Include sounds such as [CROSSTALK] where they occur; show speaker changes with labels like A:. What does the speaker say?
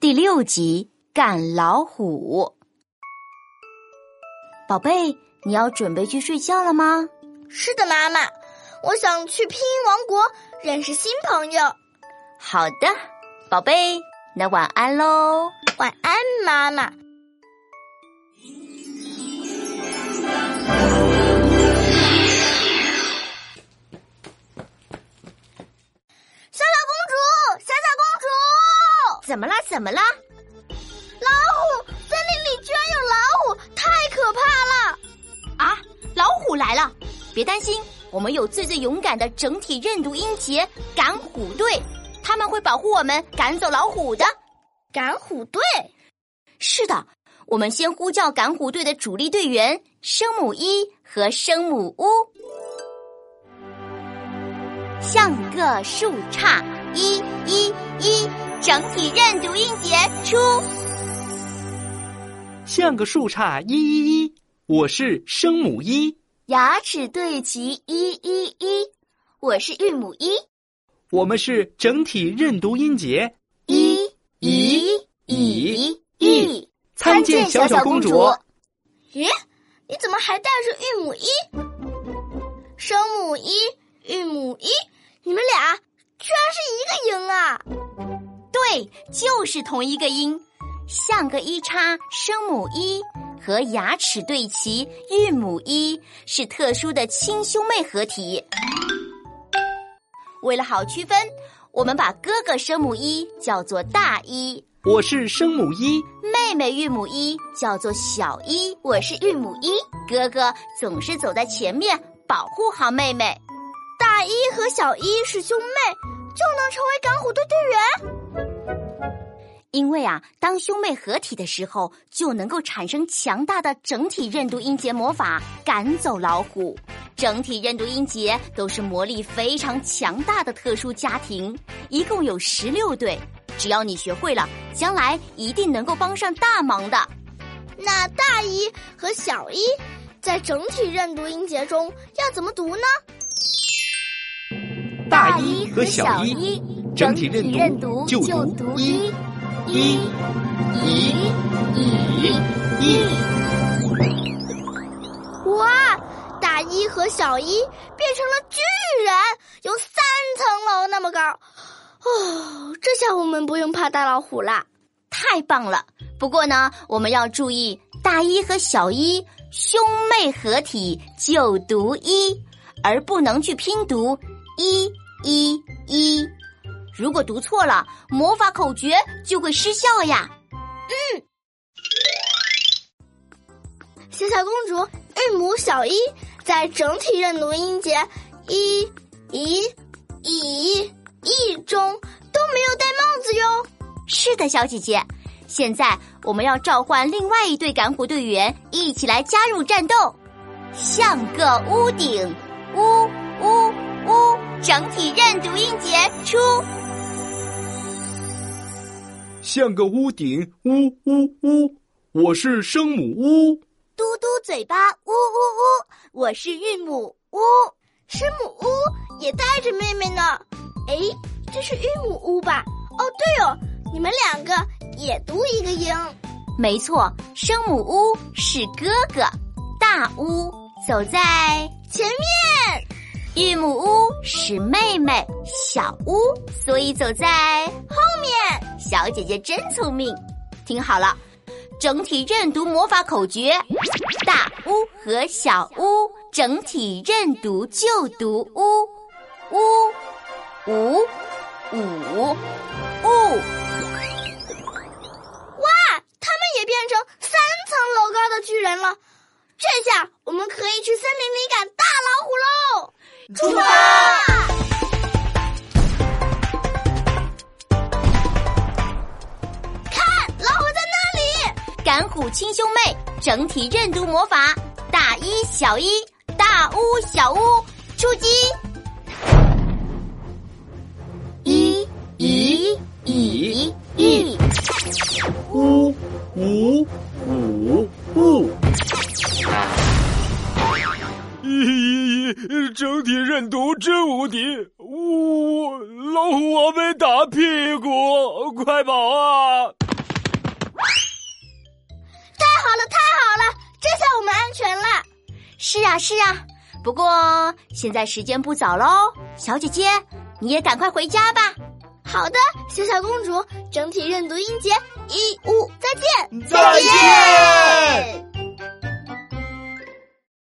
A: 第六集赶老虎。宝贝，你要准备去睡觉了吗？
B: 是的，妈妈，我想去拼音王国认识新朋友。
A: 好的，宝贝，那晚安喽。
B: 晚安，妈妈。
C: 小小公主，小小公主，
D: 怎么啦？怎么啦？
C: 老虎，森林里居然有老虎，太可怕了！
D: 啊，老虎来了！别担心，我们有最最勇敢的整体认读音节赶虎队，他们会保护我们赶走老虎的。
B: 赶虎队，
D: 是的，我们先呼叫赶虎队的主力队员声母一和声母乌，像个树杈，一一一，整体认读音节出。
E: 像个树杈，一一一，我是声母一。
D: 牙齿对齐，一一一，我是韵母一。
E: 我们是整体认读音节。
D: 一
E: 一
D: 一
E: 一，参见小小公主。
B: 咦，你怎么还带着韵母一？声母一，韵母一，你们俩居然是一个音啊！
D: 对，就是同一个音，像个一叉声母一和牙齿对齐韵母一是特殊的亲兄妹合体。为了好区分，我们把哥哥声母一叫做大一，
E: 我是声母一。
D: 妹妹韵母一叫做小一，
C: 我是韵母一。
D: 哥哥总是走在前面，保护好妹妹。
B: 大一和小一是兄妹，就能成为赶虎队队员。
D: 因为啊，当兄妹合体的时候，就能够产生强大的整体认读音节魔法，赶走老虎。整体认读音节都是魔力非常强大的特殊家庭，一共有十六对。只要你学会了，将来一定能够帮上大忙的。
B: 那大一和小一在整体认读音节中要怎么读呢？
E: 大一和小
D: 一
E: 整体认
D: 读
E: 就
D: 读
E: 一。一，一，一，一！
B: 哇，大一和小一变成了巨人，有三层楼那么高。哦，这下我们不用怕大老虎啦！
D: 太棒了！不过呢，我们要注意，大一和小一兄妹合体就读一，而不能去拼读一一一。如果读错了，魔法口诀就会失效呀。
B: 嗯，小小公主韵母小一在整体认读音节一、一、一、一中都没有戴帽子哟。
D: 是的，小姐姐。现在我们要召唤另外一队赶虎队员一起来加入战斗，像个屋顶，屋屋屋，整体认读音节出。
E: 像个屋顶，呜呜呜，我是声母呜。
D: 嘟嘟嘴巴，呜呜呜，我是韵母呜。
B: 声母呜也带着妹妹呢。哎，这是韵母呜吧？哦，对哦，你们两个也读一个音。
D: 没错，声母呜是哥哥，大呜走在
B: 前面。
D: 韵母呜是妹妹，小呜，所以走在
B: 后面。
D: 小姐姐真聪明，听好了，整体认读魔法口诀：大呜和小呜，整体认读就读呜呜五五呜。
B: 哇，他们也变成三层楼高的巨人了！这下我们可以去森林里赶大老虎喽！
A: 出发！
B: 看，老虎在那里！
D: 赶虎亲兄妹，整体认读魔法：大一、小一、大巫、小巫，出击！
A: 一，一，一，一，
E: 呜呜呜呜！
F: [LAUGHS] 一，一，整体认读真无敌！呜，老虎王被打屁股，快跑啊！
D: 了，太好了，这下我们安全了。
G: 是啊，是啊。不过现在时间不早喽，小姐姐，你也赶快回家吧。
D: 好的，小小公主，整体认读音节一五，再见，
E: 再见。